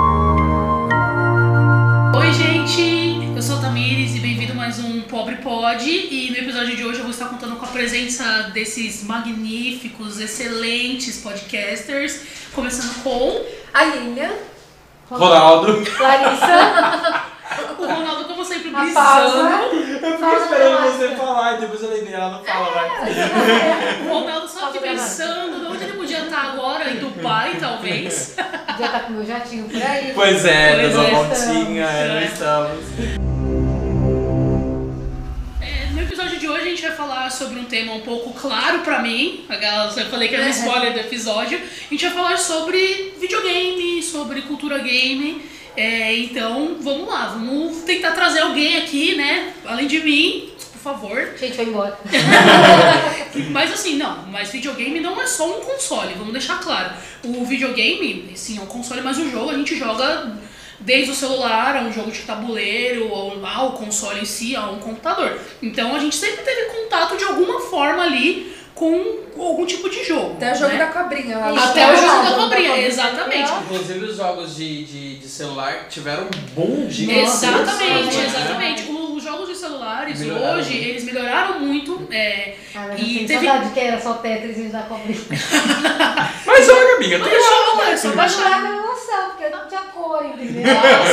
um presença desses magníficos, excelentes podcasters, começando com Aline, Ronaldo. Larissa, o Ronaldo, como sempre, Uma né? brisando. Eu fiquei Fala, esperando Renata. você falar e depois eu lembrei, ela né? não fala mais. O Ronaldo só aqui Pausa gravada. pensando de onde ele podia estar agora, em Dubai, talvez. já tá com o meu jatinho por aí. Pois é, Pois dando uma é, voltinha, estamos. não estamos. É, no episódio de hoje a gente vai falar sobre um tema um pouco claro pra mim. Aquelas, eu falei que era um spoiler do episódio. A gente vai falar sobre videogame, sobre cultura game. É, então vamos lá, vamos tentar trazer alguém aqui, né? Além de mim, por favor. Gente, vai embora. Mas assim, não, mas videogame não é só um console, vamos deixar claro. O videogame, sim, é um console, mas o jogo a gente joga desde o celular, a um jogo de tabuleiro, ao, ao console em si, a um computador. Então a gente sempre teve contato de alguma forma ali com algum tipo de jogo. Até o jogo né? da cobrinha lá. Isso, Até o jogo da da cobrinha, cobrinha. exatamente. Inclusive os jogos de, de, de celular tiveram um Né? bom dia. Exatamente, Nossa, exatamente. O- Os jogos de celulares Melhoraram hoje, muito. eles melhoraram muito. é, Ah, mas eu E tenho teve- saudade que era só Tetris e da cobrinha. Mas olha, amiga, mas tem joga, é só Mas baixar. não era pra lançar, porque eu não tinha cor, entendeu?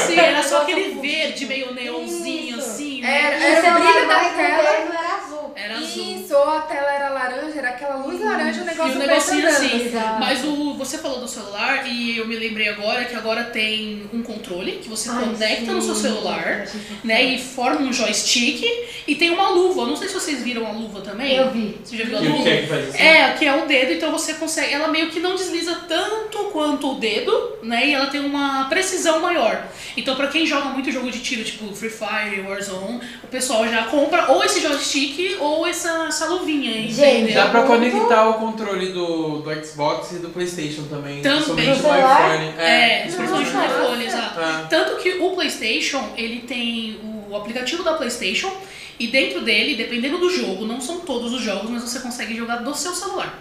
Sim, era só aquele Nossa, verde meio neonzinho Isso. assim. Era, E era o celular brilho da mais tela. moderno era azul. Era azul. Isso, ou a tela era laranja, era aquela luz laranja, o negócio E um negocinho perturbando. assim. Exato. Mas o, você falou do celular e eu me lembrei agora que agora tem um controle que você Ai, conecta no seu sim. celular, né? E forma um joystick e tem uma luva. Não sei se vocês viram a luva também. Eu vi. Você já viu a E o luva? que é que faz isso? É, que é o dedo, então você consegue. Ela meio que não desliza tanto quanto o dedo, né? E ela tem uma precisão maior. Então, pra quem joga muito jogo de tiro, tipo Free Fire, Warzone, o pessoal já compra ou esse joystick ou essa, essa luvinha, Gente, entendeu? Dá pra Muito. conectar o controle do, do Xbox e do Playstation também. Também. Somente Do do celular? iPhone. É, do expressão de Nossa. telefone, exato. Ah. Tanto que o PlayStation, ele tem o aplicativo da PlayStation e dentro dele, dependendo do jogo, não são todos os jogos, mas você consegue jogar do seu celular.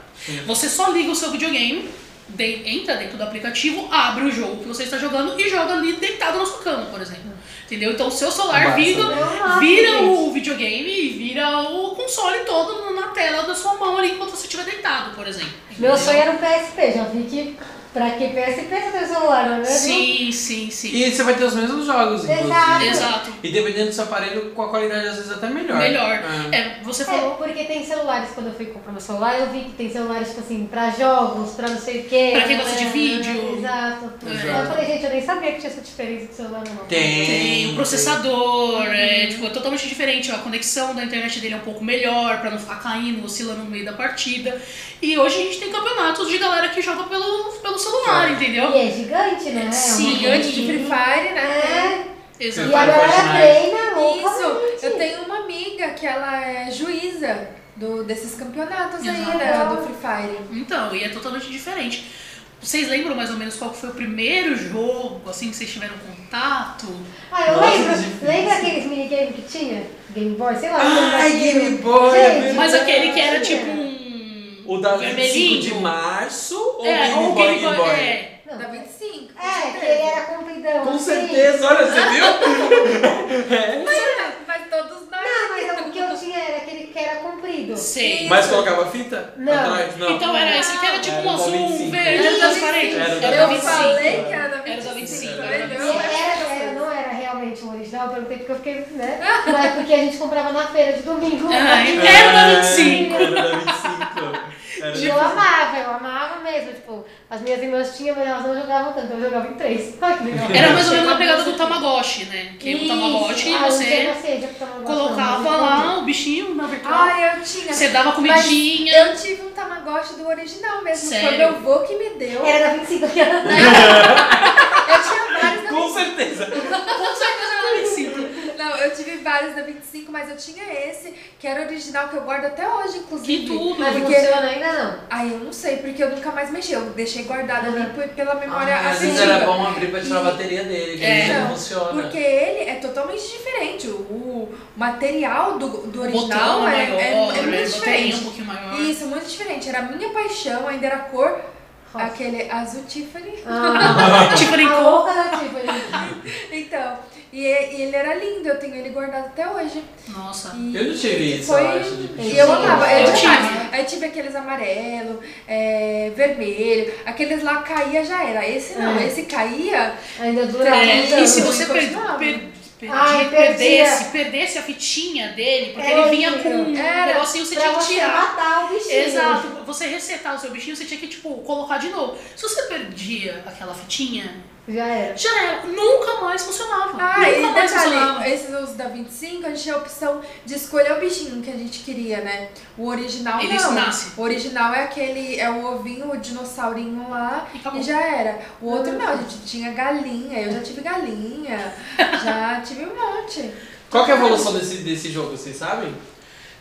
Você só liga o seu videogame, de- entra dentro do aplicativo, abre o jogo que você está jogando e joga ali deitado na sua cama, por exemplo. Entendeu? Então o seu celular Massa, vira, né? Eu amava, vira gente. o videogame e vira o console todo na tela da sua mão ali enquanto você estiver deitado, por exemplo. Meu Entendeu? sonho era um PSP, já vi que pra que PSP você tem celular, né? não é mesmo? Sim, sim, sim. E você vai ter os mesmos jogos, Exato. inclusive. Exato. E dependendo do seu aparelho, com a qualidade às vezes até melhor. Melhor. É. É, você falou É, porque tem celulares, quando eu fui comprar meu celular, eu vi que tem celulares, tipo assim, pra jogos, pra não sei o quê. Pra quem gosta de né, vídeo. Exato. Exato. Eu falei, gente, eu nem sabia que tinha essa diferença de celular normal. Tem. Tem o processador, Uhum. é, tipo, é totalmente diferente. A conexão da internet dele é um pouco melhor, pra não ficar caindo, oscilando no meio da partida. E hoje a gente tem campeonatos de galera que joga pelo, pelo celular, entendeu? E é gigante, né? É uma Sim, coisa Gigante de Free Fire, né? É. Exato. E tá a galera Fortnite. treina, louca. Isso, eu tenho uma amiga que ela é juíza do, desses campeonatos aí, né? Exato. Do Free Fire. Então, e é totalmente diferente. Vocês lembram mais ou menos qual que foi o primeiro jogo, assim, que vocês tiveram contato? Ah, eu Nossa, lembro. difícil. Lembra aqueles minigames que tinha? Game Boy, sei lá. Ai, tinha. Game Boy, é Gente, verdade. Mas aquele que era tinha. tipo um... O da 25 vermelhinho. de março ou É, Game ou Boy, Game Boy, Boy? é. Não. Da 25. com É, que certeza. ele era compridão. Com assim. certeza, olha, você viu? É. Mas, mas todos Não, nós. Ah, mas o que eu tinha era aquele que era comprido. Sei. Mas colocava fita? Não. Atrás? Não. Então era esse que era tipo Era um o da azul, um 25. verde, Era um o da transparente. 25. Era o da Era o Eu 25. falei que era da 25. Era da 25, tá vendo? era Não era, era- não era realmente o original, eu perguntei porque eu fiquei, né? Mas porque a gente comprava na feira de domingo. Ai, E Era o da 25. Era o da 25. Era é eu amava, eu assim. amava mesmo. Tipo, as minhas irmãs tinham, mas elas não jogavam tanto, eu jogava em três. Ai, que legal. Era mais ou menos a pegada do Tamagotchi, né? Que o Tamagotchi Isso. Ah, eu tinha você paciência pro Tamagotchi, colocava não, lá o bichinho na virtual. Ai, eu tinha. É, Você dava Mas comidinha. Eu tive um Tamagotchi do original mesmo. Foi Sério? meu avô que me deu. Era da 25 que era. Eu tinha vários da Com certeza. Com certeza era da 25. Não, eu tive vários da 25, mas eu tinha esse, que era original, que eu guardo até hoje, inclusive. Que tudo. Mas não Porque- funciona ainda não. Ai, eu não sei, porque eu nunca mais mexi. Eu deixei guardado Uhum. ali por- pela memória Ah, às vezes afetiva. era bom né? abrir pra tirar a bateria dele, que É. ele não Não, funciona. Porque ele é totalmente diferente. O, o material do, do O original botão é, maior, é- é né? muito O diferente. botãozinho um pouquinho maior. Isso, muito diferente. Era a minha paixão, ainda era a cor, Rosa. aquele azul Tiffany. Ah, Ah. Tipo, nem a cor. louca da Tiffany. Então, E e- e ele era lindo, eu tenho ele guardado até hoje. Nossa. E Eu não tive isso, foi... eu acho, de E pequenininho. eu amava, É eu, Eu tinha tive. vários. Aí tive tipo aqueles amarelo, é, vermelho, aqueles lá caía já era. Esse não, É. esse caía. Ainda dura É, muito. e se você per, Continuava. per- per- Ai, perdesse, perdia. perdesse a fitinha dele, porque É ele vinha com horrível. um Era, negocinho, você Pra tinha que você tirar. matar o bichinho. Exato, você resetar o seu bichinho, você tinha que, tipo, colocar de novo. Se você perdia aquela fitinha, Já era. já era, nunca mais funcionava. Ah, nunca e mais funcionava. detalhe, esses os da 25, a gente tinha a opção de escolher o bichinho que a gente queria, né? O original Ele não. nasce. O original é aquele, é o ovinho, o dinossaurinho lá. E acabou. E já era. O outro não, a gente tinha galinha, eu já tive galinha, já tive um monte. Qual que é a evolução desse, desse jogo, vocês sabem?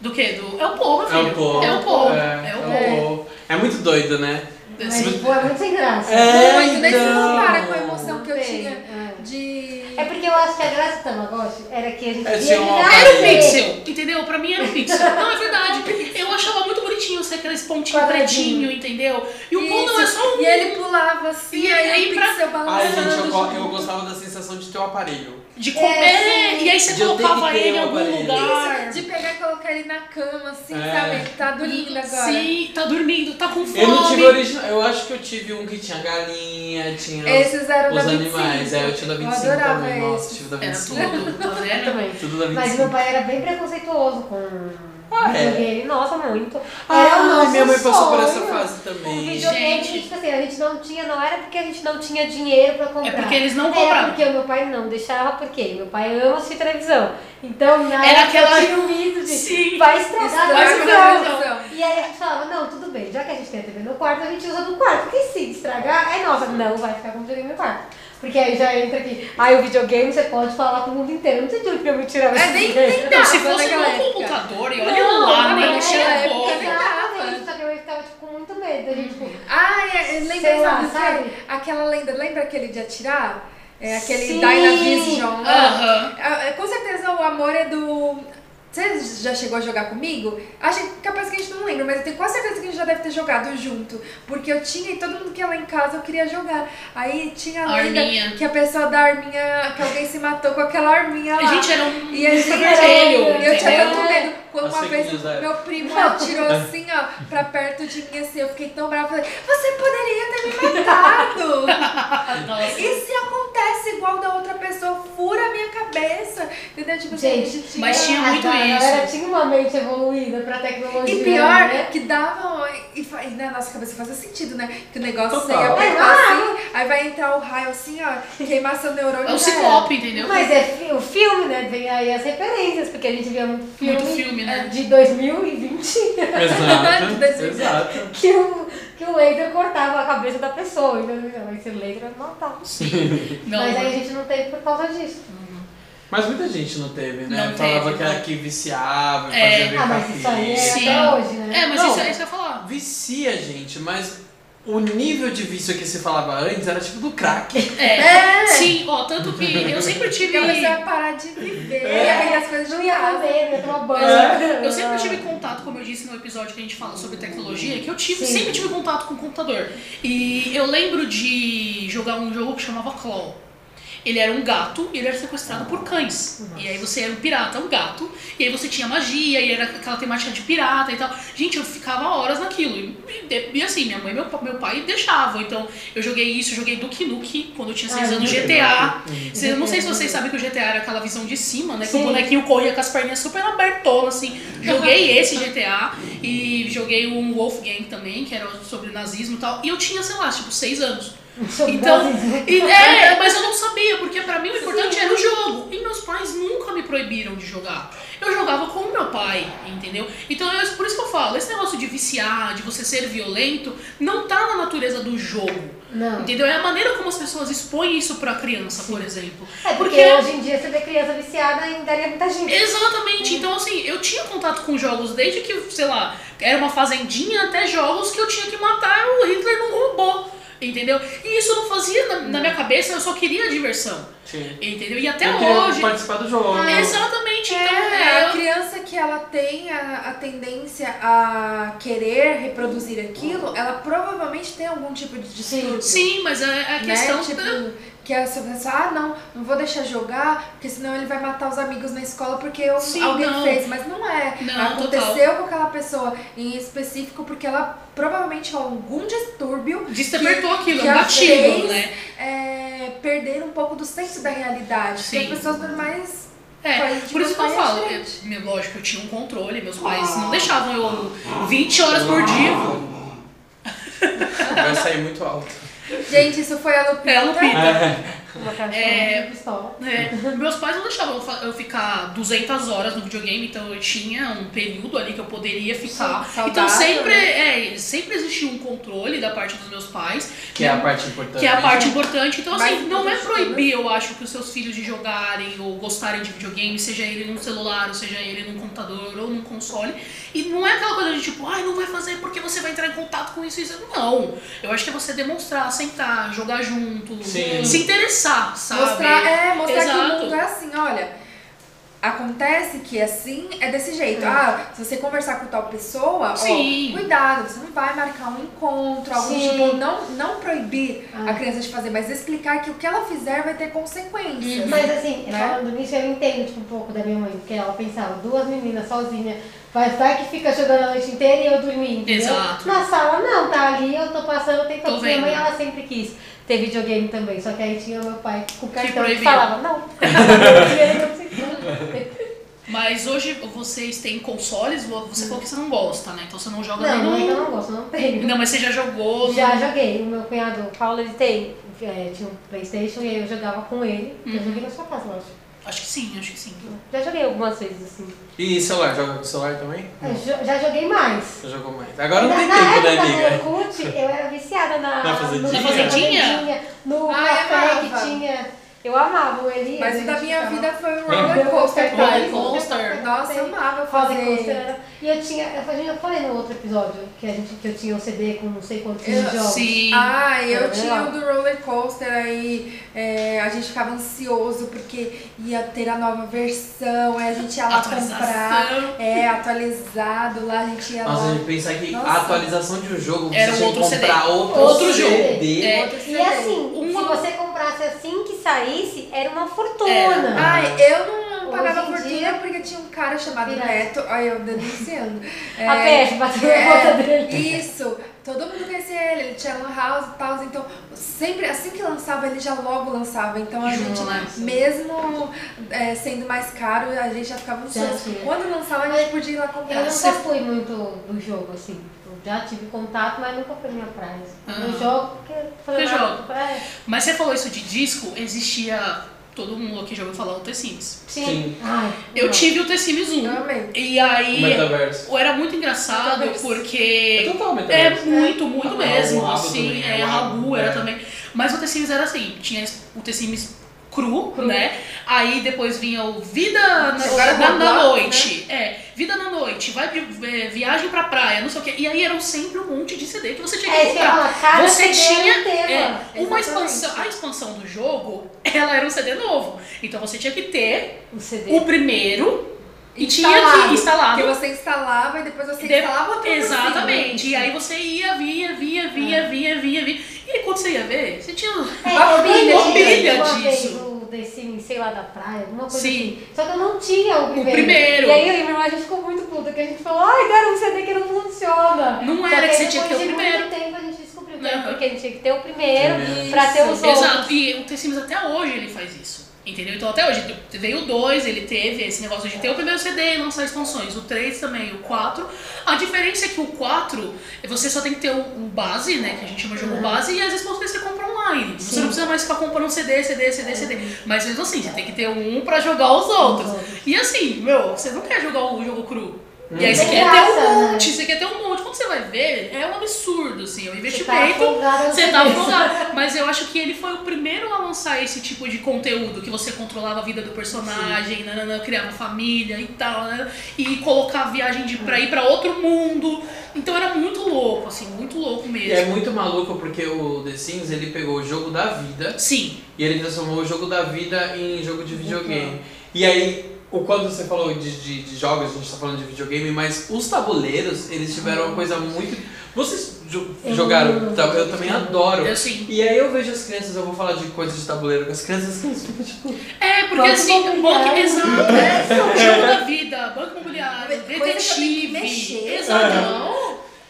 Do que? Do... É o povo, É filho. o povo. É o povo. É, É o é povo. o povo. É muito doido, né? Mas, Esse- pô, é muito sem graça. É, Mas nem se então. compara com a emoção que eu Tem, tinha é. de. É porque eu acho que a graça do Tamagotchi era que a gente É, via tinha ele uma- nascer. Era um é. pixel, entendeu? Pra mim era um pixel. Não, é verdade. Eu achava muito bonitinho ser aqueles pontinhos Quadradinho. pretinho, entendeu? E o Isso. povo não é só um. E ele pulava assim, E aí aí o pra- pixel Ai, balançando. gente, eu, go- eu junto. gostava da sensação de ter o aparelho. De É, comer. sim. e aí você De eu ter que colocava ter ele em um algum aparelho. lugar. Isso, de pegar e colocar ele na cama, assim, É. sabe? Tá dormindo agora. Sim, tá dormindo, tá com fome. Eu não tive original. Eu acho que eu tive um que tinha galinha, tinha Esses eram os da 25. animais. É, eu tinha da 25 eu adorava também. Nossa, esses. tive da Era 25. tudo, tá Eu vendo? também. Tudo da 25. Mas meu pai era bem preconceituoso com Ah, é? videogame. Nossa, muito. Era o Ah, nosso minha mãe passou por essa sonho. Um fase O também. videogame, Gente. tipo assim, a gente não tinha, não era porque a gente não tinha dinheiro pra comprar. É porque eles não Era compravam. porque o meu pai não deixava, porque meu pai ama assistir televisão. Então, na Era época, eu aquela- tinha um ídolo de Sim. vai estragar Estraga a Mas a não. televisão. televisão. E aí a gente falava, não, tudo bem, já que a gente tem a TV no quarto, a gente usa no quarto. Porque se estragar, é nossa. Não vai ficar com o videogame no quarto. Porque aí já entra aqui, aí o videogame você pode falar com o mundo inteiro. Não sei de onde que eu vou tirar É, esse nem, videogame. nem Não, dava Então, tipo, se fosse naquela meu época. computador, e Não, olha lá, né? mas nem naquela tinha né? época, fome. Exatamente, só que eu ficava tipo, com muito medo. A gente, tipo, Ah, é, é, lembra, Sei lá, sabe, sabe? sabe? Aquela lenda, lembra aquele de atirar? É aquele Sim. Dynavision lá? Aham. Ah, é, Com certeza o amor é do... Você já chegou a jogar comigo? Acho que capaz que a gente não lembra, mas eu tenho quase certeza que a gente já deve ter jogado junto. Porque eu tinha e todo mundo que ia lá em casa eu queria jogar. Aí tinha a lenda Arminha. que a pessoa da arminha, que alguém se matou com aquela arminha lá. A gente era um E a gente vermelho, E eu tinha entendeu? tanto medo. Quando Eu uma sei que é. vez eles eram. meu primo atirou assim, ó, pra perto de mim, assim, eu fiquei tão brava. Falei, você poderia ter me matado. Nossa. e se acontece igual da outra pessoa, fura a minha cabeça. Entendeu? Tipo, assim, a Gente, gente mas tinha a muito galera isso. tinha uma mente evoluída pra tecnologia. E pior, né? que dava. um, E, fa- e na nossa cabeça fazia sentido, né? Que o negócio você ia Total. apertar assim, aí vai entrar o raio assim, ó, queimar seu neurônio. É o e já era. ciclope, entendeu? Mas é fi- o filme, né? Vem aí as referências, porque a gente via muito filme, Muito filme, né? de 2020 Exato. Exato. que o, que o laser cortava a cabeça da pessoa. Então, não, esse laser vai matar. Não, Mas aí a gente não teve por causa disso. Mas muita gente não teve, né? Não Falava teve, que era que viciava, É. fazia ver Ah, com a mas isso aí é filha. Sim. até hoje, né? É, mas Não. isso aí você vai falar. Vicia, gente, mas o nível de vício que se falava antes era tipo do crack. É. Sim, ó, tanto que eu sempre tive. Porque a pessoa ia parar de viver, ia pegar as coisas É. Não de ia casa. comer, não ia tomar banho. né? É. Ah. Eu sempre tive contato, como eu disse no episódio que a gente fala sobre tecnologia, que eu tive, Sim. sempre tive contato com o computador. E eu lembro de jogar um jogo que chamava Claw. Ele era um gato e ele era sequestrado por cães. E aí você era um pirata, um gato, e aí você tinha magia, e era aquela temática de pirata e tal. Gente, eu ficava horas naquilo. E, e- e assim, minha mãe e meu, pa- meu pai deixavam. Então, eu joguei isso, joguei Duke Nukem quando eu tinha seis Ai, anos, Duke GTA. Vocês- eu não sei se vocês sabem que o GTA era aquela visão de cima, né? Que Sim. o bonequinho corria com as perninhas super abertonas, assim. Joguei esse GTA e joguei um Wolfgang também, que era sobre nazismo e tal. E eu tinha, sei lá, tipo, seis anos. Então, né? e- é, mas eu não sabia, porque pra mim o importante era o jogo. E meus pais nunca me proibiram de jogar. Eu jogava com o meu pai, entendeu? Então é por isso que eu falo, esse negócio de viciar, de você ser violento, não tá na natureza do jogo. Não. Entendeu? É a maneira como as pessoas expõem isso pra criança, por exemplo. É porque, Porque- um hoje em dia você vê criança viciada e daria muita gente. Exatamente. Então, assim, eu tinha contato com jogos desde que, sei lá, era uma fazendinha até jogos que eu tinha que matar o Hitler num robô. Entendeu? E isso eu não fazia na, na minha cabeça, eu só queria diversão. Entendeu? E até Eu queria hoje. participar do jogo. Exatamente. Exatamente. É, então, a é, criança que ela tem a, a tendência a querer reproduzir aquilo, ela provavelmente tem algum tipo de distúrbio. sim, mas é, é a né? questão. tipo, da- que a pessoa pensa, ah, não, não vou deixar jogar, porque senão ele vai matar os amigos na escola porque eu- Sim, alguém não. fez. Mas não é. Não, Aconteceu com aquela pessoa em específico porque ela provavelmente algum distúrbio Despertou aquilo, que é um a gatilho, fez- né? é, perder um pouco do senso da realidade. Sim. Porque as pessoas normais. É, País de por isso que eu papai é falo. gente. é, meu- lógico, eu tinha um controle, meus pais Ah. não deixavam eu 20 horas por dia. Vai sair muito alto. Gente, isso foi a Lupita. É, Lupita. Uma caixinha É. de pistola. É, meus pais não deixavam eu fa- eu ficar 200 horas no videogame, então eu tinha um período ali que eu poderia ficar. Sim, saudável, então sempre, né? é, sempre existia um controle da parte dos meus pais, Que é a parte importante. que é a parte importante. Então, Mais assim, não é importante né? que proibir, eu acho, que os seus filhos de jogarem ou gostarem de videogame, seja ele num celular, ou seja ele num computador ou num console. E não é aquela coisa de tipo, ai, não vai fazer porque você vai entrar em contato com isso e isso. Não. Eu acho que é você demonstrar, sentar, jogar junto, Sim. se interessar, sabe? Mostrar, é, mostrar que Exato. o mundo é assim, olha. Acontece que assim é desse jeito. Ah, se você conversar com tal pessoa, Sim. ó, cuidado, você não vai marcar um encontro, algo do Sim. tipo, não, não proibir Ah. a criança de fazer, mas explicar que o que ela fizer vai ter consequências. Mas assim, Né? falando nisso, eu entendo tipo, um pouco da minha mãe, porque ela pensava, duas meninas sozinhas, vai estar que fica jogando a noite inteira e eu dormindo. entendeu? Exato. Na sala não, tá ali, eu tô passando, tem Tô que Minha mãe vendo. ela sempre quis ter videogame também, só que aí tinha meu pai com cartão que, proibia. falava, não. E aí eu não sei. Mas hoje vocês têm consoles, você falou que você não gosta, né? Então você não joga não, nenhum. ainda não gosto, não tenho. Não, mas você já jogou. Já joguei. O meu cunhado, o Paulo, ele tem, é, tinha um Playstation e aí eu jogava com ele. Uhum. Eu joguei na sua casa, eu acho. Acho que sim, acho que sim. Já joguei algumas vezes, assim. E celular, joga com celular também? Eu jo- já joguei mais. Você jogou mais. Agora não Na- tem na tempo, né, época amiga? do Orkut, eu era viciada na, Na fazendinha? no- Na fazendinha? fazendinha, no Ah, eu café que amava. tinha. Eu amava ele. Mas o da minha vida foi um roller Roller coaster. coaster. pai. coaster. Nossa, eu amava Roller coaster. fazer. era- E eu tinha. Eu falei, eu falei no outro episódio que, a gente, que eu tinha um CD com não sei quantos Eu- jogos. Sim. Ah, eu Era tinha legal. o do roller coaster aí, é, a gente ficava ansioso porque ia ter a nova versão, aí a gente ia lá comprar, Atualização. é, atualizado lá, a gente ia Nossa, a lá. gente pensar que Nossa. a atualização de um jogo Era você um tinha que outro CD. comprar outro, Outro CD. jogo. É. Outro E CD. assim, Uma- se você comprasse assim que saísse, era uma fortuna. Era. Ai, eu não Hoje pagava em fortuna dia- porque tinha um cara chamado Pirata. Neto, olha eu denunciando. É, A PF bateu na conta dele. Isso, todo mundo conhecia ele, ele tinha lan house e tal, então sempre, assim que lançava, ele já logo lançava, então a Junto, gente, né? mesmo é, sendo mais caro, a gente já ficava ansioso. tinha. Quando lançava, a gente podia ir lá comprar. Eu Ah, nunca fui muito do jogo, assim. Eu já tive contato, mas nunca foi minha praia. Ah. Eu jogo porque eu falei, Você ah, joga? pra- Mas você falou isso de disco, existia. Todo mundo aqui já ouviu falar do The Sims. Sim. Sim. Ai, Eu não. tive o The Sims 1. Eu amei. E O aí. metaverso. Era muito engraçado Metaverso. porque. É total É metaverso. muito, muito Ah, mesmo, o Rabo assim, também, é, o Rabo, Rabu era é. também. Mas o The Sims era assim, tinha o The Sims cru, né? Aí depois vinha o Vida na, Agora na- na Roblox, Noite. É, Vida na Noite, vai de é, viagem pra praia, não sei o quê. E aí eram sempre um monte de CD que você tinha que É, isso que eu ia comprar. falar, cada você CD era tinha um tema. é, uma Exatamente. expansão, a expansão do jogo, ela era um CD novo. Então você tinha que ter O CD. o primeiro e tinha que Instalado. instalar Que você instalava e depois você Ah, de- instalava outra por cima. Exatamente. E aí você ia, via, via, via, via, via, via. E aí quando você ia ver, você tinha. É, Uma eu ganhei pilha uma disso. vez o The Sims, sei lá, da praia, alguma coisa Sim. assim. Só que eu não tinha o primeiro. primeiro. E aí eu e meu irmão, a gente ficou muito puta, que a gente falou, ai, cara, um CD que não funciona. Não Só era aí que você tinha que ter o depois de primeiro. muito tempo a gente descobriu que Aham. era porque a gente tinha que ter o primeiro Primeiro. pra ter os outros. Exato. E o The Sims até hoje ele faz isso. Entendeu? Então até hoje veio o 2, ele teve esse negócio de ter o primeiro CD e lançar expansões. O 3 também, o 4. A diferença é que o 4, você só tem que ter o, o base, né? Que a gente chama de jogo Uhum. base, e as expansões você compra online. Você não precisa mais ficar comprando um CD, CD, É. CD, CD. Mas mesmo assim, você tem que ter um pra jogar os outros. E assim, meu, você não quer jogar o jogo cru. E aí você Tem quer ter graça, um né? monte, você quer ter um monte. Quando você vai ver, é um absurdo, assim, é um Você tá investimento. afogada no Você tá CD. afogado. Mas eu acho que ele foi o primeiro a lançar esse tipo de conteúdo, que você controlava a vida do personagem, nananã, criava família e tal, né? e colocar a viagem de, pra ir pra outro mundo. Então era muito louco, assim, muito louco E é mesmo. muito maluco porque o The Sims ele pegou o jogo da vida Sim, e ele transformou o jogo da vida em jogo de videogame. E aí o quando você falou de, de, de jogos, a gente tá falando de videogame, mas os tabuleiros, eles tiveram uma coisa muito. Vocês jo- Eu jogaram? amo tab- Eu também adoro. Eu sim. E aí eu vejo as crianças, eu vou falar de coisas de tabuleiro com as crianças, as crianças ficam tipo. É, porque Banco assim, o banco, Imobiliário. exato, é, jogo da vida, banco imobiliário, Coisa que eu tenho que detetive, mexer. exato. É.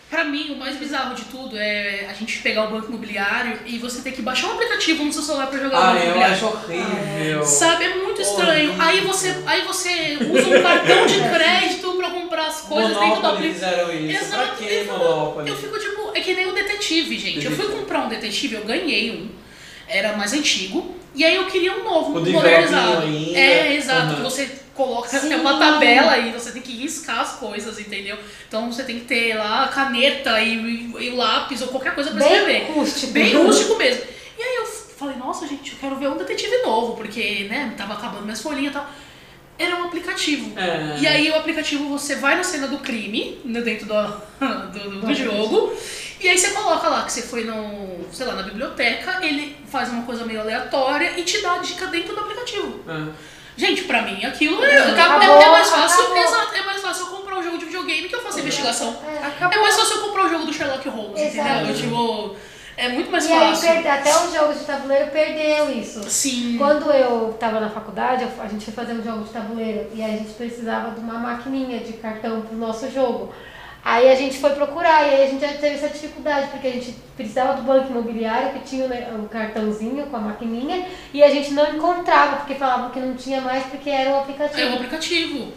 Pra mim, o mais bizarro de tudo é a gente pegar o banco imobiliário e você ter que baixar um aplicativo no seu celular pra jogar o Ah, banco eu imobiliário. acho horrível. Sabe, é muito estranho. Horrível. Aí você, aí você usa um cartão de crédito pra comprar as coisas dentro do Monopoly aplicativo. fizeram isso. Pra Exato, que eu fico- Monopoly? Eu fico tipo, é que nem o detetive, gente. Eu fui Detetive. comprar um detetive, eu ganhei um, era mais antigo, e aí eu queria um novo, O um do modernizado. envelopinho ainda. É, exato, Aham. que você coloca Sim. é uma tabela e você tem que riscar as coisas, entendeu? Então você tem que ter lá a caneta e, e- e o lápis ou qualquer coisa pra escrever. é Bem rústico. Bem rústico mesmo. E aí eu falei, nossa, gente, eu quero ver um detetive novo, porque, né, tava acabando minhas folhinhas e tal. Era um aplicativo. É. E aí o aplicativo, você vai na cena do crime, né, dentro do, do, do- do jogo, e aí você coloca lá que você foi no, sei lá, na biblioteca, ele faz uma coisa meio aleatória e te dá a dica dentro do aplicativo. Ah. Gente, pra mim aquilo é, é- Acabou, é mais fácil. acabou. exato, é mais fácil eu comprar um jogo de videogame que eu faço investigação. né? Acabou. É mais fácil eu comprar o jogo do Sherlock Holmes, Exato. entendeu? Tipo, é muito mais E aí, fácil. perde- até o jogo de tabuleiro perdeu isso. Sim. Quando eu tava na faculdade, eu- a gente foi fazer um jogo de tabuleiro e a gente precisava de uma maquininha de cartão pro nosso jogo. Aí a gente foi procurar e aí a gente já teve essa dificuldade, porque a gente precisava do banco imobiliário, que tinha o ne- o cartãozinho com a maquininha, e a gente não encontrava, porque falavam que não tinha mais, porque era o É um aplicativo. aplicativo.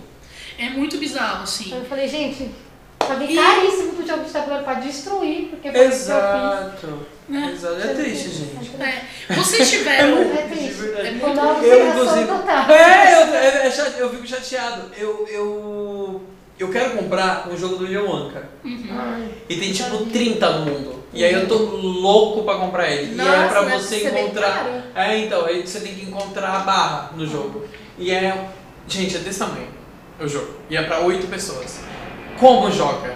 É muito bizarro, assim. Então eu falei, gente, paguei E- caríssimo pro jogo de tabuleiro pra destruir, porque foi o Exato. assim, Né? Exato. É triste, gente. É. Vocês tiveram. que eu fiz. É triste. É muito- Foi nova Eu, geração inclusive- total. É, eu, é- é chate- eu fico chateado. Eu, eu, eu quero comprar um jogo do William Wonka. Ai. E tem tipo 30 no mundo. E aí eu tô louco pra comprar ele. e é Nossa, pra mas você isso é bem encontrar. caro. É, então, aí você tem que encontrar a barra no jogo. E é. Gente, é desse tamanho o jogo. E é pra 8 pessoas. Como joga?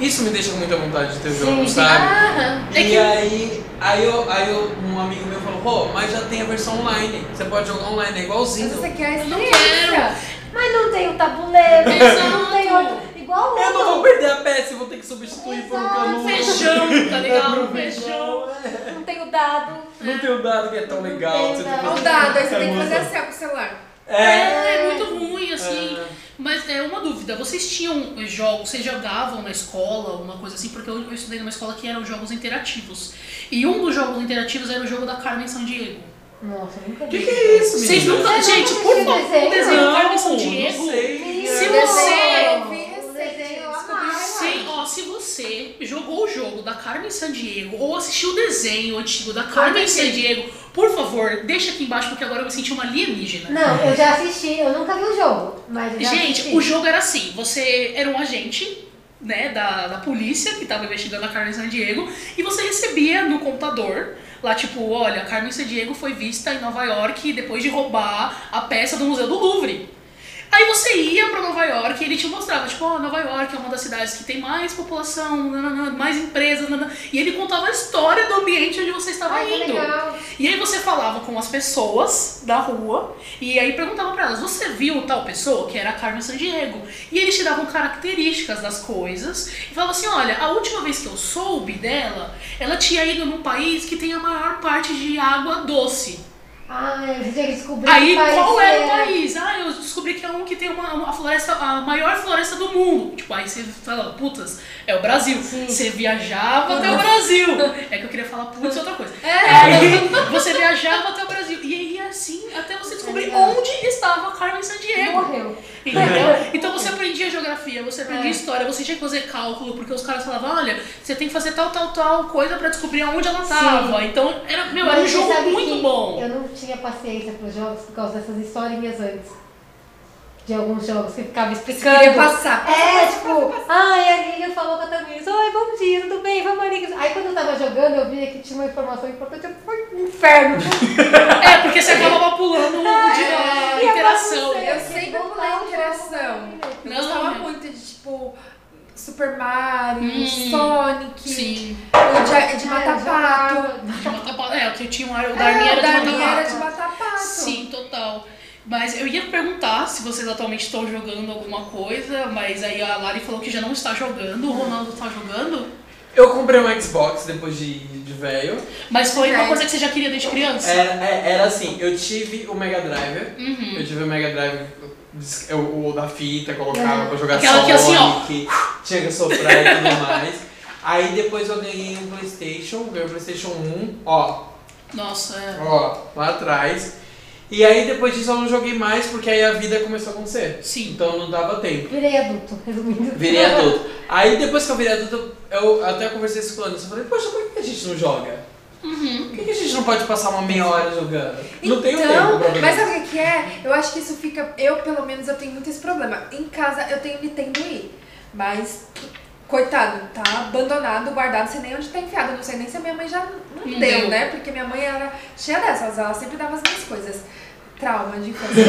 Isso me deixa com muita vontade de ter o jogo, Sim. Ah, sabe? Aham. É E que- aí, aí, eu, aí eu- um amigo meu falou, Rô, mas já tem a versão online. Você pode jogar online, é igualzinho. Mas você quer a Não experiência. Mas não tem o tabuleiro, Exato. não tem outro. Igual o Eu não vou perder a peça, eu vou ter que substituir por um Exato. canudo. Um feijão, tá ligado? Um feijão. Feijão. é. não tem o dado. Não tem o dado que é tão Não legal. tem você dado. fica- Não dá, daí você É tem que muito- fazer assim ó, com o celular. É, É. é muito ruim, assim. Mas é uma dúvida, vocês tinham jogos, vocês jogavam na escola, alguma coisa assim? Porque eu eu estudei numa escola que eram jogos interativos. E um dos jogos interativos era o jogo da Carmen Sandiego. Nossa, nunca O vi. que, que é isso, Vocês menina? nunca. Vocês nunca Gente, por assistiram favor, o desenho? desenho da Carmen não Sandiego. sei. Se Desenho, você- eu vi O recente, desenho eu descobri amava. isso. Sim, ó, se você jogou o jogo da Carmen Sandiego ou assistiu o desenho antigo da Carmen Carmen Sandiego, por favor, deixa aqui embaixo porque agora eu me senti uma alienígena. Não, eu já assisti, eu nunca vi o jogo, mas é eu já Gente, assisti. o jogo era assim: você era um agente. Né, da, da polícia que tava investigando a Carmen Sandiego e você recebia no computador lá tipo, olha, a Carmen Sandiego foi vista em Nova York depois de roubar a peça do Museu do Louvre. Aí você ia pra Nova York e ele te mostrava, tipo, ó, Nova York é uma das cidades que tem mais população, nananã, mais empresas, nananã. e ele contava a história do ambiente onde você estava Ai, que indo. legal. E aí você falava com as pessoas da rua e aí perguntava pra elas: "Você viu tal pessoa que era a Carmen Sandiego?" E eles te davam características das coisas e falava assim: "Olha, a última vez que eu soube dela, ela tinha ido num país que tem a maior parte de água doce." Ai, eu tinha que descobrir Aí que país qual era o era. país? Ah, eu descobri que é um que tem uma, uma floresta, a maior floresta do mundo. Tipo, aí você fala, putas, é o Brasil. Você viajava até o Brasil. É que eu queria falar putz outra coisa. É, você viajava até o Brasil. E aí assim, até você descobrir Legal. onde estava Carmen Sandiego. Morreu. Entendeu? É. Então você aprendia geografia, você aprendia história, você tinha que fazer cálculo, porque os caras falavam, olha, você tem que fazer tal, tal, tal coisa pra descobrir aonde ela tava. Então, era, meu, era um Mas você jogo sabe muito que bom. Eu não tinha paciência pros jogos por causa dessas historinhas antes. De alguns jogos que ficava explicando. Queria passar. É, tipo, ai, a Lilian falou com a Tamires, oi, bom dia, tudo bem, vamos ali. Aí quando eu tava jogando, eu via que tinha uma informação importante, eu fui pro um inferno. É, porque você acabava pulando o de da e eu um interação. não sei. Eu sempre vou lá em interação. Eu Não, gostava não. muito de, tipo, Super Mario, Hum, Sonic, Sim. o de, de matar Ah, eu pato. jogava. De matar pato. É, o que eu tinha um ar, o É, Darmin era o de Darwin matar era pato. de matar pato. Sim, total. Mas eu ia perguntar se vocês atualmente estão jogando alguma coisa, mas aí a Lari falou que já não está jogando, o Ronaldo está jogando. Eu comprei um Xbox depois de, de velho. Mas foi uma Velho. coisa que você já queria desde criança? Era, é- era assim, eu tive o Mega Drive. Uhum. Eu tive o Mega Drive, eu- o, o da fita, colocava pra jogar Aquela que Sonic, é assim, ó. tinha que soprar e tudo mais. Aí depois eu ganhei um Playstation, ganhei um Playstation 1, ó, Nossa, é. ó, lá atrás. E aí depois disso eu não joguei mais, porque aí a vida começou a acontecer. Sim. Então não dava tempo. Virei adulto, resumindo. Virei adulto. Aí depois que eu virei adulto, eu até conversei isso com o Anderson. Eu falei, poxa, por que a gente não joga? Por que a gente não pode passar uma meia hora jogando? não tenho tempo pra Então, mas ver. sabe o que que é? Eu acho que isso fica. Eu, pelo menos, eu tenho muito esse problema. Em casa eu tenho Nintendo Wii. Mas, coitado, tá abandonado, guardado, não sei nem onde tá enfiado. Não sei nem se a minha mãe já não, Não deu, deu. né? Porque minha mãe era cheia dessas, ela sempre dava as minhas coisas. Trauma de infância.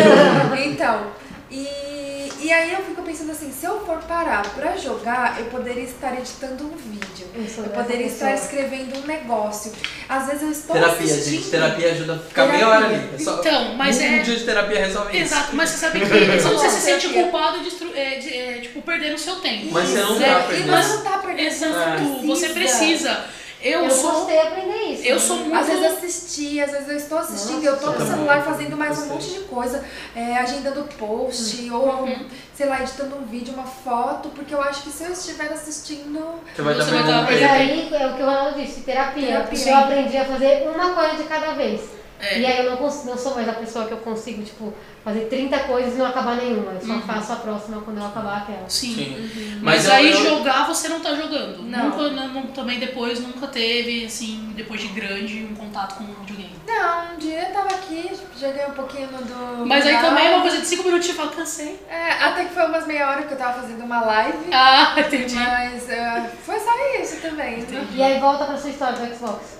então, e, e aí eu fico pensando assim, se eu for parar pra jogar, eu poderia estar editando um vídeo. Eu sou Eu dessa poderia estar pessoa. escrevendo um negócio. Às vezes eu estou Terapia, assistindo. gente. Terapia ajuda a ficar Terapia. meia hora ali. É só Então, mas um é- dia de terapia resolve Exato, mas você sabe que você não se sente Terapia. culpado de, estru- é, de, é, tipo, perdendo o seu tempo. Mas É. você não Isso, tá é, perdendo. E você não tá perdendo. Exato, você precisa. Eu, Eu, sou. gostei de aprender isso. Eu sou muito. Às vezes assistir, às vezes eu estou assistindo e eu tô Nossa, no eu celular também. fazendo mais um Gostei. monte de coisa, é, agendando Hum. post ou, Uhum. sei lá, editando um vídeo, uma foto, porque eu acho que se eu estiver assistindo. Você vai dar Você vai dar uma Mas perdendo. aí é o que o Ronaldo disse, terapia. Terapia. Porque eu aprendi a fazer uma coisa de cada vez. É. E aí eu não, cons- não sou mais a pessoa que eu consigo, tipo, fazer 30 coisas e não acabar nenhuma. Eu só Uhum. faço a próxima quando eu acabar aquela. Sim. Sim. Uhum. Mas, eu- aí eu- jogar você não tá jogando. Não. Nunca, não- não- também depois nunca teve, assim, depois de grande, um contato com o videogame. Não, um dia eu tava aqui, joguei um pouquinho do. Mas aí Ah, também é uma coisa de 5 minutos e fala, cansei. É, até que foi umas meia hora que eu tava fazendo uma live. Ah, entendi. Mas é, foi só isso também. né? E aí volta pra sua história do Xbox.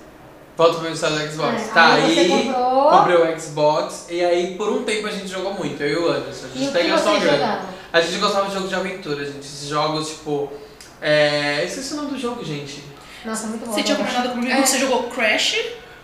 Volta pro meu estado do Xbox. É, tá, aí aí. você comprou. Comprei o Xbox. E aí, por um tempo, a gente jogou muito. Eu e o Anderson. A E gente o que pega só vocês grana. jogaram? A gente gostava de jogo de aventura, gente. Esses jogos, tipo. É. Esqueci o nome do jogo, gente. Nossa, muito bom. né? Você tinha Agora. combinado comigo, É. você jogou Crash.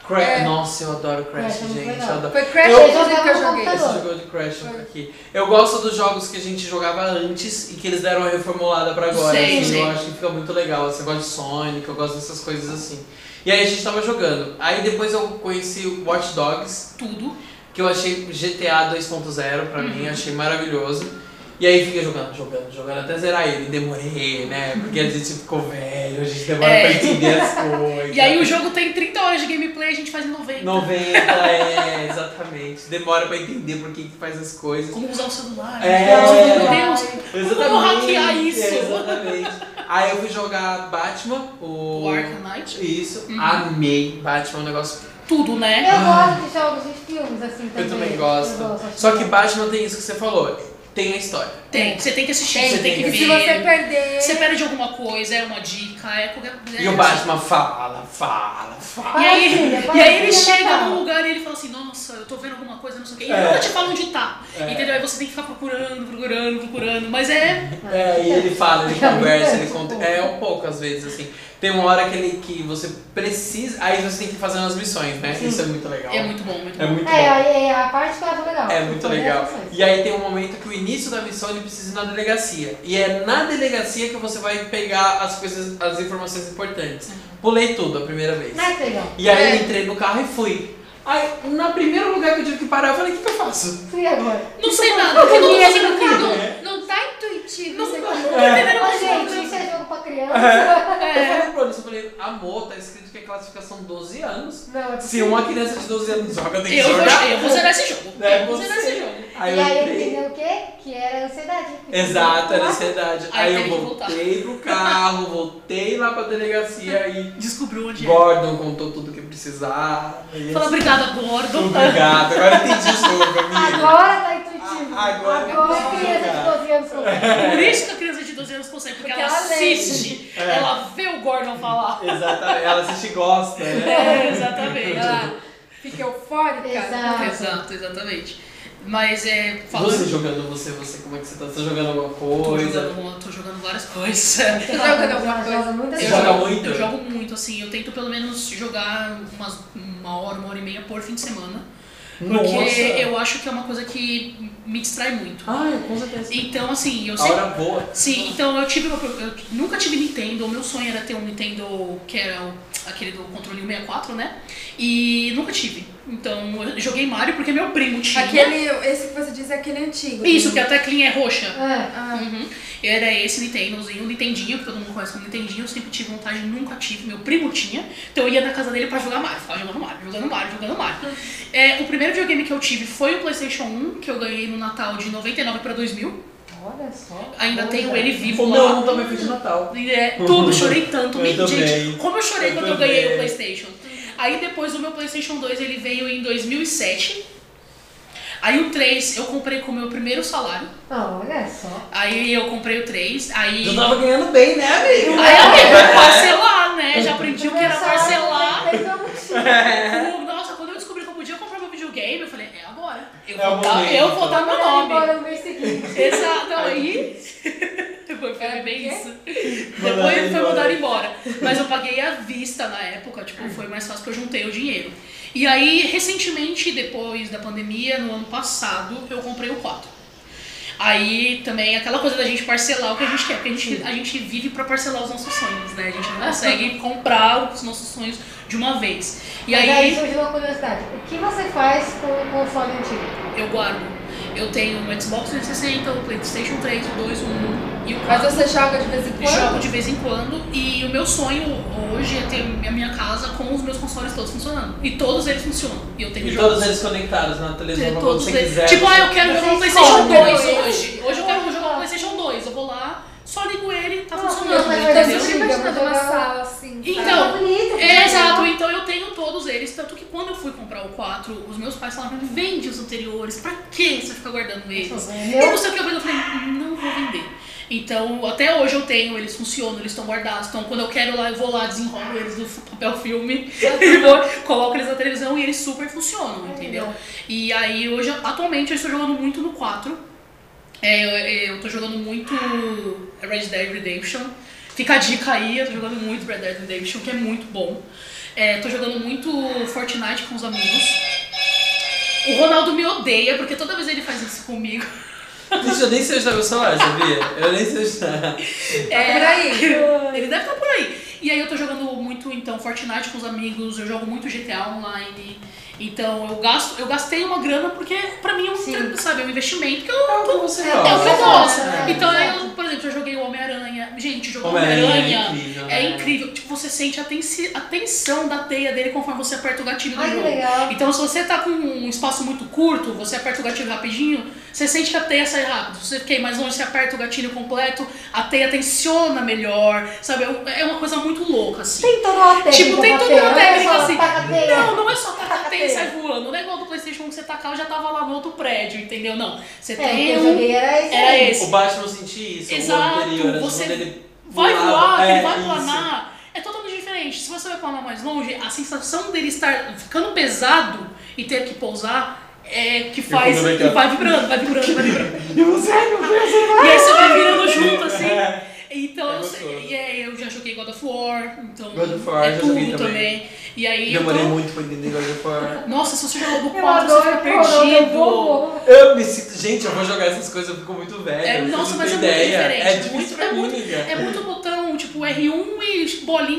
Crash. É. Nossa, eu adoro Crash, Crash é muito gente. legal. Eu adoro. Foi Crash Eu- inclusive, que eu jogava no joguei. computador. Esse jogo de Crash Tá Foi. aqui. Eu gosto dos jogos que a gente jogava antes e que eles deram uma reformulada pra agora. Sim, assim, Eu sim. acho que fica muito legal. Assim, eu gosto de Sonic, eu gosto dessas coisas assim. E aí a gente tava jogando. Aí depois eu conheci o Watch Dogs, Tudo. que eu achei GTA 2.0 pra mim, achei maravilhoso. E aí fiquei jogando, jogando, jogando até zerar ele. Demorei, né? Porque a gente ficou velho, a gente demora É. pra entender as coisas. E aí o jogo tem 30 horas de gameplay, a gente faz em 90. 90, é, exatamente. Demora pra entender por que que faz as coisas. Como usar o celular. É. Nossa, Meu Deus. Exatamente. Como hackear isso? é, exatamente. Aí eu fui jogar Batman, o. O Arkham Uhum. Knight. Isso, amei. Batman é um negócio. Tudo, né? Eu gosto de jogos de filmes, assim, também. Ah. Eu também gosto. Eu gosto, acho Só que legal. Batman tem isso que você falou. Tem a história. Tem. Você tem que assistir, Tem. você tem que E ver. Se você perder. Você perde alguma coisa, é uma dica, é qualquer coisa. E o Batman fala, fala, fala. E aí, Parece, né? e aí ele Parece que chega legal. num lugar e ele fala assim, nossa, eu tô vendo alguma coisa, não sei o quê. E É. nunca te fala onde tá. É. Entendeu? Aí você tem que ficar procurando, procurando, procurando. Mas é. É, e ele fala, ele Fica conversa, muito ele conta. pouco. É um pouco às vezes, assim. Tem uma hora que, ele, que você precisa. Aí você tem que fazer umas missões, né? Isso é muito legal. É muito bom, muito É bom. muito É, bom. aí é a parte que eu acho legal. É muito Todas legal. as ações. E aí tem um momento que o início da missão ele precisa ir na delegacia. E é na delegacia que você vai pegar as coisas, as informações importantes. Pulei tudo a primeira vez. Mas é legal. E aí É. eu entrei no carro e fui. Aí, no primeiro lugar que eu tive que parar, eu falei, o que, que eu faço? E agora? Não sei nada, porque eu não tô fazendo nada. Não tá intuitivo. Não, você- não tô entendendo Ô, mais gente, nada. isso é jogo pra criança. Eu falei pro Anderson, eu falei, amor, tá escrito que é classificação 12 anos. Não, é Se uma criança de 12 anos joga, tem que Eu vou, jogar. eu vou zerar esse jogo. É eu vou zerar você. esse jogo. Aí e eu aí ele entrei. entendeu o quê? Que era ansiedade. Exato, era ansiedade. Aí Aí teve eu que voltar. voltei pro carro, voltei lá pra delegacia e Descobriu onde é. Gordon contou tudo que precisava. e Fala, assim, obrigada, é Gordon. Obrigado. Agora entendi o jogo, amigo. Agora tá intuitivo. A- agora eu agora a posso criança jogar. de 12 anos consegue. Por É. isso que a criança de 12 anos consegue, porque, Porque ela ela lê. assiste, ela vê o Gordon falar. Exatamente. Ela assiste e gosta, né? É, exatamente. Ah. Ela fica eufórica. Exato. Exato, exatamente. Mas é. Você jogando você, você, como é que você tá? Você tá jogando alguma Tô coisa? jogando, tô jogando várias coisas. Você Joga joga- alguma joga coisa? muitas Você Eu coisas. joga jogo- muito? Eu jogo muito, assim. Eu tento pelo menos jogar umas, uma hora, uma hora e meia por fim de semana. Porque Nossa. eu acho que é uma coisa que me distrai muito. Ai, com certeza. Então, assim, eu A sempre. hora boa. Sim, então eu tive uma, eu nunca tive Nintendo, o meu sonho era ter um Nintendo que era o- aquele do controle 64, né? E nunca tive. Então eu joguei Mario porque meu primo tinha. Aquele, esse que você diz é aquele antigo. Isso, que a teclinha é roxa. Ah, Ah, Uhum. Era esse Nintendozinho, o Nintendinho, que todo mundo conhece como Nintendinho, eu sempre tive vontade, nunca tive, meu primo tinha, então eu ia na casa dele pra jogar Mario, ficava jogando Mario, jogando Mario, jogando Mario. Uhum. É, o primeiro videogame que eu tive foi o Playstation 1, que eu ganhei no Natal de 99 pra 2000, olha só. ainda Olha. tenho ele vivo O lá. meu também foi de Natal. É, tudo, chorei tanto. tá Eu Me- também. gente, como eu chorei Eu quando eu também. ganhei o Playstation. Aí depois o meu Playstation 2 ele veio em 2007. Aí o 3 eu comprei com o meu primeiro salário. Ah, olha só. Aí eu comprei o 3. Aí. Eu tava ganhando bem, né, amigo? Aí amigo, parcelar, né? Já aprendi o que era parcelar. Esse é o motivo. O- Nossa, quando eu descobri que eu podia comprar meu videogame, eu falei, é agora. Eu É o vou, dar, eu momento. vou dar meu Agora, nome. embora no mês seguinte. Exato, aí. É, Foi, foi Era bem o quê? isso. Mandaram Depois foi embora. mandado embora. Mas eu paguei à vista na época, tipo, foi mais fácil porque eu juntei o dinheiro. E aí, recentemente, depois da pandemia, no ano passado, eu comprei o 4. Aí também aquela coisa da gente parcelar o que a gente quer, porque a gente, a gente vive pra parcelar os nossos sonhos, né? A gente não consegue comprar os nossos sonhos de uma vez. E Mas aí surgiu uma curiosidade. O que você faz com o console antigo? eu guardo. Eu tenho o Xbox 360, o PlayStation 3, o 2, o 1 e o 4. Mas você joga de vez em quando? Jogo de vez em quando e o meu sonho hoje é ter a minha casa com os meus consoles todos funcionando. E todos eles funcionam. E eu tenho E jogos. todos eles conectados na televisão Ter pra quando todos você eles. quiser. Tipo, ah, eu quero Você jogar um PlayStation escolhe 2 ele. hoje. Hoje eu quero Olha. jogar um PlayStation 2. Eu vou lá, só ligo ele, tá Nossa, funcionando. mas é Então, verdade, eu Entendeu? sempre Amiga, imaginando vou uma jogar- sala assim. Então, Tá bonito. É, bonito. exato, então eu tenho todos eles, tanto que quando eu fui comprar o 4, os meus pais falaram, vende os anteriores, pra que você fica guardando eles? Eu não Meu, sei o que eu vendo, eu falei, não vou vender. Então, até hoje eu tenho, eles funcionam, eles estão guardados. Então, quando eu quero lá, eu vou lá, desenrolo eles do papel filme, e vou, coloco eles na televisão e eles super funcionam, entendeu? E aí, hoje, atualmente, eu estou jogando muito no 4. É, eu, eu tô jogando muito Red Dead Redemption. Fica a dica aí, eu tô jogando muito Red Dead Redemption, que é muito bom. É, tô jogando muito Fortnite com os amigos. O Ronaldo me odeia, porque toda vez ele faz isso comigo. Gente, eu nem sei onde tá meu celular, sabia? Eu nem sei onde tá. É, Por aí. Ele deve estar por aí. E aí eu tô jogando muito, então, Fortnite com os amigos, eu jogo muito GTA Online. Então eu gasto, eu gastei uma grana porque pra mim é um, Sim. trampo, sabe, é um investimento que eu, É o que você é o que eu Exato, gosto. é, Então exato. eu, por exemplo, eu joguei o Homem-Aranha. Gente, jogar Homem-Aranha é Homem-Aranha incrível, é né? incrível. Tipo, você sente a, tensi- a tensão da teia dele conforme você aperta o gatilho do Ai, que jogo. legal. Então, se você tá com um espaço muito curto, você aperta o gatilho rapidinho, você sente que a teia sai rápido. Se você quer ir mais longe, você aperta o gatilho completo, a teia tensiona melhor, sabe? É um- É uma coisa muito louca, assim. Tem toda uma técnica. Tipo, tem na toda uma teia, não é técnica só assim. taca a teia. Não, não é só tacar a teia e teia. sair voando. Não é igual do Playstation 1 que você tacava, já tava lá no outro prédio, entendeu? Não. Você É, o que tem eu um... joguei era esse. É Era aí. esse. O Batman sentia isso. Exato, O anterior, você quando ele Vai pulava. voar, é, ele vai isso. planar. É totalmente diferente. Se você vai planar mais longe, a sensação dele estar ficando pesado e ter que pousar é que faz. como é que é? Vai vibrando, vai vibrando, vai vibrando. E você, é meu Deus, você E aí você vai virando junto, assim. Então, É eu, gostoso. sei- e aí eu já joguei God of War, então God of War, é já tudo joguei também. também. E aí eu Demorei tô- muito pra entender God of War. Nossa, se você jogou do Eu 4, você adoro fica Corona, eu perdido. vou- Eu me sinto. Gente, eu vou jogar essas coisas, eu fico muito velho. É, eu nossa, não mas tenho é muito ideia. diferente, É muito- difícil é pra mim, muito- amiga. É muito botão, tipo R1 e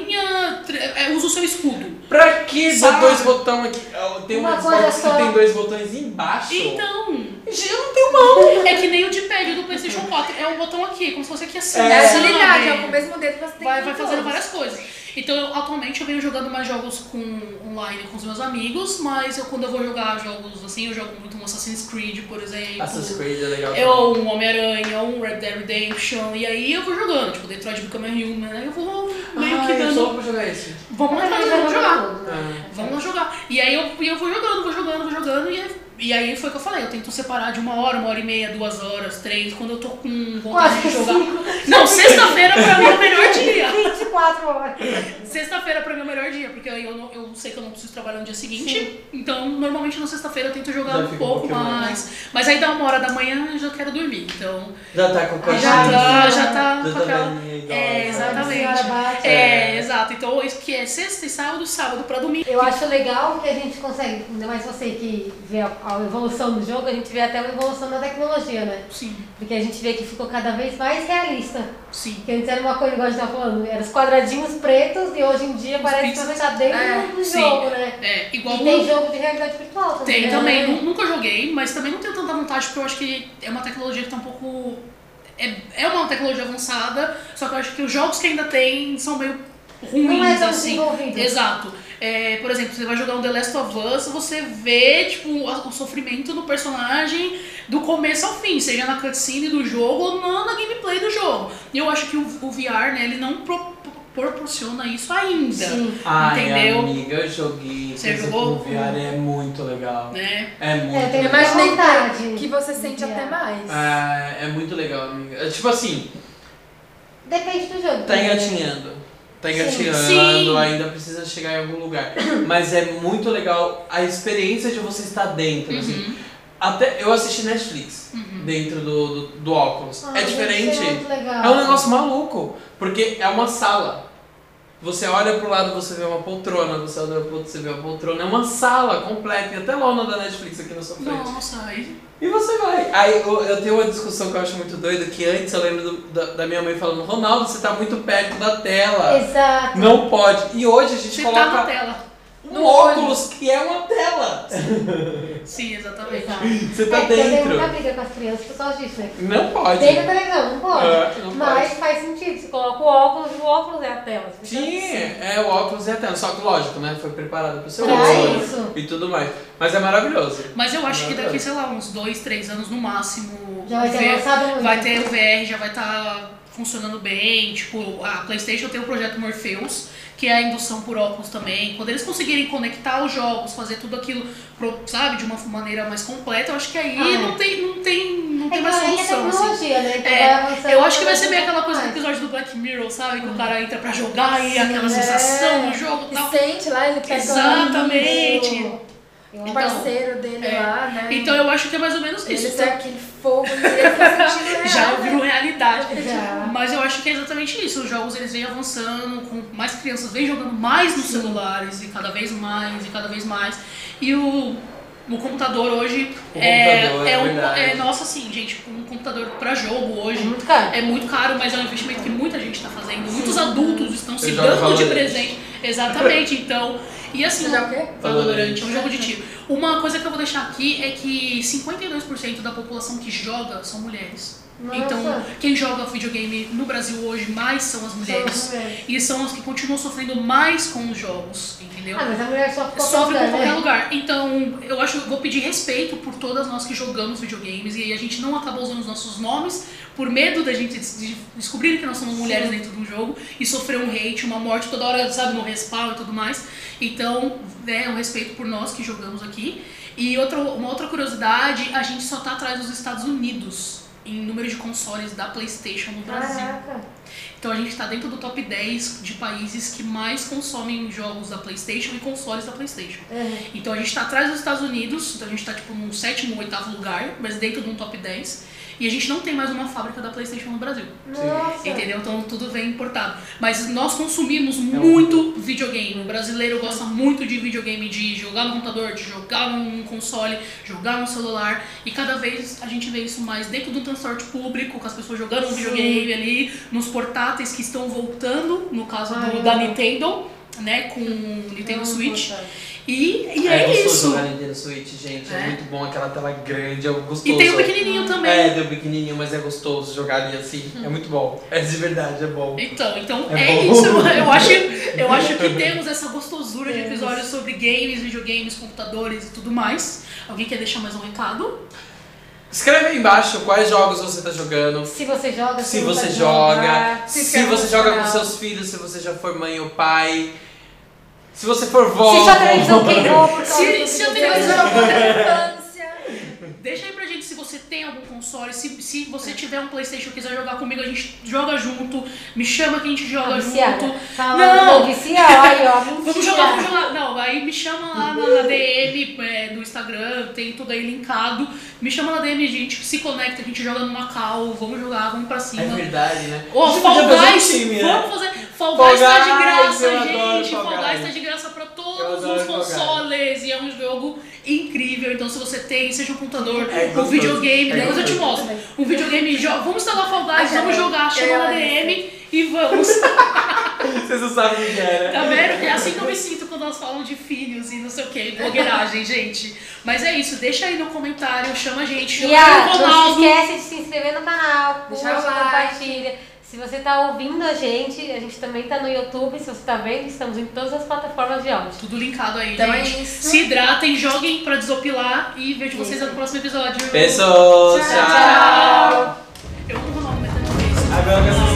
bolinha, tre- é, usa o seu escudo. Pra que Sabe? botou esse botão aqui? Ah, Tem Uma um coisa Xbox que só. tem dois botões embaixo. Então, Gente, eu não tenho mão. É que nem o de pad do PlayStation 4. É um botão aqui, como se fosse aqui assim. É, sabe? agilidade, é com o mesmo dedo que você tem Vai, com vai todos. fazendo várias coisas. Então, eu- atualmente eu venho jogando mais jogos com, online com os meus amigos, mas eu, quando eu vou jogar jogos assim, eu jogo muito um Assassin's Creed, por exemplo. Assassin's Creed é legal. Eu, ou um Homem-Aranha, ou um Red Dead Redemption, e aí eu vou jogando, tipo, Detroit Become a Human, aí eu vou meio ah, que eu dando. só vou jogar esse. Vamos um Mas atrás, eu vamos jogo jogar. tudo. Ah. Vamos lá jogar. E aí eu, e eu vou jogando, vou jogando, vou jogando, e aí E aí foi o que eu falei, eu tento separar de uma hora, uma hora e meia, duas horas, três, quando eu tô com vontade Quatro, de jogar. cinco. Não, sexta-feira pra mim é o melhor dia. 24 horas. Sexta-feira pra mim é o melhor dia, porque aí eu, não- eu sei que eu não preciso trabalhar no dia seguinte. Então, normalmente na sexta-feira eu tento jogar Já um fica um pouco pouquinho mais. mais. Mas aí dá uma hora da manhã eu já quero dormir. Então, Já tá com o já, cachorro. já tá, já já tá Já com tá né? aquela. velhinha, idosa. É, Senhora exatamente. bate. É, exato. Então, isso que é sexta e sábado, sábado pra domingo. Eu acho legal que a gente consegue, ainda mais você que vê a, a evolução do jogo, a gente vê até uma evolução da tecnologia, né? Sim, Porque a gente vê que ficou cada vez mais realista. sim. Que antes era uma coisa, igual a gente tava falando, eram os quadradinhos pretos e hoje em dia parece que você tá dentro É, do sim. jogo, né? É, igual E tem jogo de realidade virtual também. Tem né? também, nu- nunca joguei, mas também não tenho tanta vontade porque eu acho que é uma tecnologia que tá um pouco. É, é uma tecnologia avançada, só que eu acho que os jogos que ainda tem são meio ruins, Não é tão assim. desenvolvido. Exato. É, por exemplo, você vai jogar um The Last of Us, você vê, tipo, a- o sofrimento do personagem do começo ao fim, seja na cutscene do jogo ou na, na gameplay do jogo. E eu acho que o, o VR, né, ele não pro- proporciona isso ainda. Sim. Ai, Entendeu? amiga, eu joguei. Você coisa jogou? com VR é muito legal. Né? É muito É, tem legal. mais Mas nem vontade. que você sente Yeah. até mais. É, é muito legal, amiga. É tipo assim, Depende do jogo. tá engatinhando. Tá Sim. engatinhando, Sim. ainda precisa chegar em algum lugar. Mas é muito legal a experiência de você estar dentro, assim. Uhum. Até eu assisti Netflix dentro do, do, do óculos. Ah, é deve ser diferente. muito legal. É um negócio maluco, porque é uma sala. Você olha pro lado, você vê uma poltrona, você olha pro outro, você vê uma poltrona. É uma sala completa, e até lona da Netflix aqui na sua frente. Nossa, aí. E você vai. Aí eu, eu tenho uma discussão que eu acho muito doida, que antes eu lembro do- da, da minha mãe falando, Ronaldo, você tá muito perto da tela. Exato. Não pode. E hoje a Você gente tá na coloca tela. um óculos que é uma tela. Sim, exatamente. Exato. Você tá é, que Eu tenho muita dentro. briga com as crianças por causa disso, né? Não pode. Dentro da televisão, não pode. É, não Mas pode. faz sentido, você coloca o óculos, o óculos é a tela. Você fica Sim, é o óculos e a tela. Só que lógico, né? Foi preparado pro seu Pra olho é isso. e tudo mais. Mas é maravilhoso. Mas eu acho que daqui, Maravilhoso. sei lá, uns dois, três anos no máximo. Já vai o ter VR lançado muito. É Vai ter o VR, já vai estar funcionando bem. Tipo, a PlayStation tem o projeto Morpheus, que é a indução por óculos também. Quando eles conseguirem conectar os jogos, fazer tudo aquilo, pro- sabe, de uma maneira mais completa, eu acho que aí Ah. não tem, não tem, não É tem que mais vai- é que é solução. assim. tecnologia, É. né? Então vai avançando, É, eu acho que vai vai ser meio aquela avançando coisa do mais. episódio do Black Mirror, sabe? Que o cara entra pra jogar e Sim, aquela é. sensação do jogo e E tal. sente lá, ele é pega Exatamente. Então, Eu o acho- parceiro dele é. lá, né? Então eu acho que é mais ou menos ele isso. Então, tem aquele fogo e ele fica sentindo real. já né? virou realidade. Já. Mas eu acho que é exatamente isso. Os jogos eles vêm avançando, com mais crianças vêm jogando mais nos celulares e cada vez mais e cada vez mais. E o, o computador hoje O é, computador, é é um- verdade. é- nossa assim, gente, um computador pra jogo hoje. É muito caro. É muito caro, mas é um investimento que muita gente está fazendo. Muitos adultos estão se Eu jogo dando de Valorant. presente. Exatamente, então. E assim, Você já o quê? Valorant é um jogo de tiro. Uma coisa que eu vou deixar aqui é que 52% da população que joga são mulheres. Nossa. Então, quem joga videogame no Brasil hoje mais são as mulheres. as mulheres. E são as que continuam sofrendo mais com os jogos, entendeu? Ah, mas a mulher só ficou Sofre por contando, qualquer né? lugar. Então, eu acho vou pedir respeito por todas nós que jogamos videogames e a gente não acaba usando os nossos nomes por medo da gente des- de descobrir que nós somos mulheres dentro do jogo e sofrer um hate, uma morte toda hora, sabe, no respawn e tudo mais. Então, é um respeito por nós que jogamos aqui. E outra, uma outra curiosidade, a gente só tá atrás dos Estados Unidos em número de consoles da PlayStation no Brasil. Caraca. Então a gente tá dentro do top 10 de países que mais consomem jogos da PlayStation e consoles da PlayStation. É. Então a gente tá atrás dos Estados Unidos, então a gente tá tipo num sétimo, oitavo lugar, mas dentro de um top 10. E a gente não tem mais uma fábrica da PlayStation no Brasil. Nossa. Entendeu? Então tudo vem importado. Mas nós consumimos muito videogame. O brasileiro gosta muito de videogame, de jogar no computador, de jogar num console, jogar no celular. E cada vez a gente vê isso mais dentro do transporte público, com as pessoas jogando um videogame ali, nos portáteis que estão voltando, no caso do, Ai, da eu- Nintendo, né? Com o Nintendo Não, Switch. Ah, poxa. E, e é, é, gostoso isso. jogar Nintendo Switch, gente. É. É. muito bom aquela tela grande, é gostoso. E tem o pequenininho também. É, deu pequenininho, mas é gostoso jogar ali assim. Uhum. É muito bom. É de verdade, é bom. Então, então É é, bom. isso. Eu acho, eu acho que temos essa gostosura de Temos. episódios sobre games, videogames, computadores e tudo mais. Alguém quer deixar mais um recado? Escreve aí embaixo quais jogos você tá jogando. Se você joga, Se não você vai joga, jogar. se se inscreve você no joga com canal. seus filhos, se você já foi mãe ou pai, se você for vó. Se sua televisão queimou por causa Se- do se a videogame. Ele jogou na infância. Deixa aí pra gente se você tem algum console, se, se você tiver um Playstation e quiser jogar comigo, a gente joga junto. Me chama que a gente joga Tá viciada. junto. Falando, Não. viciada, aí, ó. Vamos mentira. jogar, vamos jogar. Não, aí me chama lá na, na DM é, do Instagram, tem tudo aí linkado. Me chama na DM, a gente se conecta, a gente joga no Macau, vamos jogar, vamos pra É cima. verdade, né? Ô, A gente Fall podia fazer um Guys, time, né? vamos fazer. Fall Fall Guys tá de Guys, graça, eu adoro gente. Fall Fall Guys Guys. tá de graça pra Eu todos adoro os Fall Guys. consoles e é um jogo incrível. Então, se você tem, seja um computador, É um gostoso. videogame, É depois eu te gostoso. mostro. Um videogame, jo- vamos instalar Fall Guys, Ah, já vamos é. jogar, Eu ia chama na lá DM e vamos. Vocês não sabem o que era. né? Tá vendo? É assim que eu me sinto quando elas falam de filhos e não sei o que, blogueiragem, gente. Mas é isso, deixa aí no comentário, chama a gente, chama E ah, o não Ronaldo. se esquece de se inscrever no canal, curte, Deixar o like. compartilha. Se você tá ouvindo a gente, a gente também tá no YouTube, se você tá vendo, estamos em todas as plataformas de áudio. Tudo linkado aí, Então é gente. isso. Se hidratem, joguem pra desopilar e vejo vocês no próximo episódio. Pessoas, Tchau. tchau. Eu amo o Ronaldo, mas eu não vejo. Agora eu quero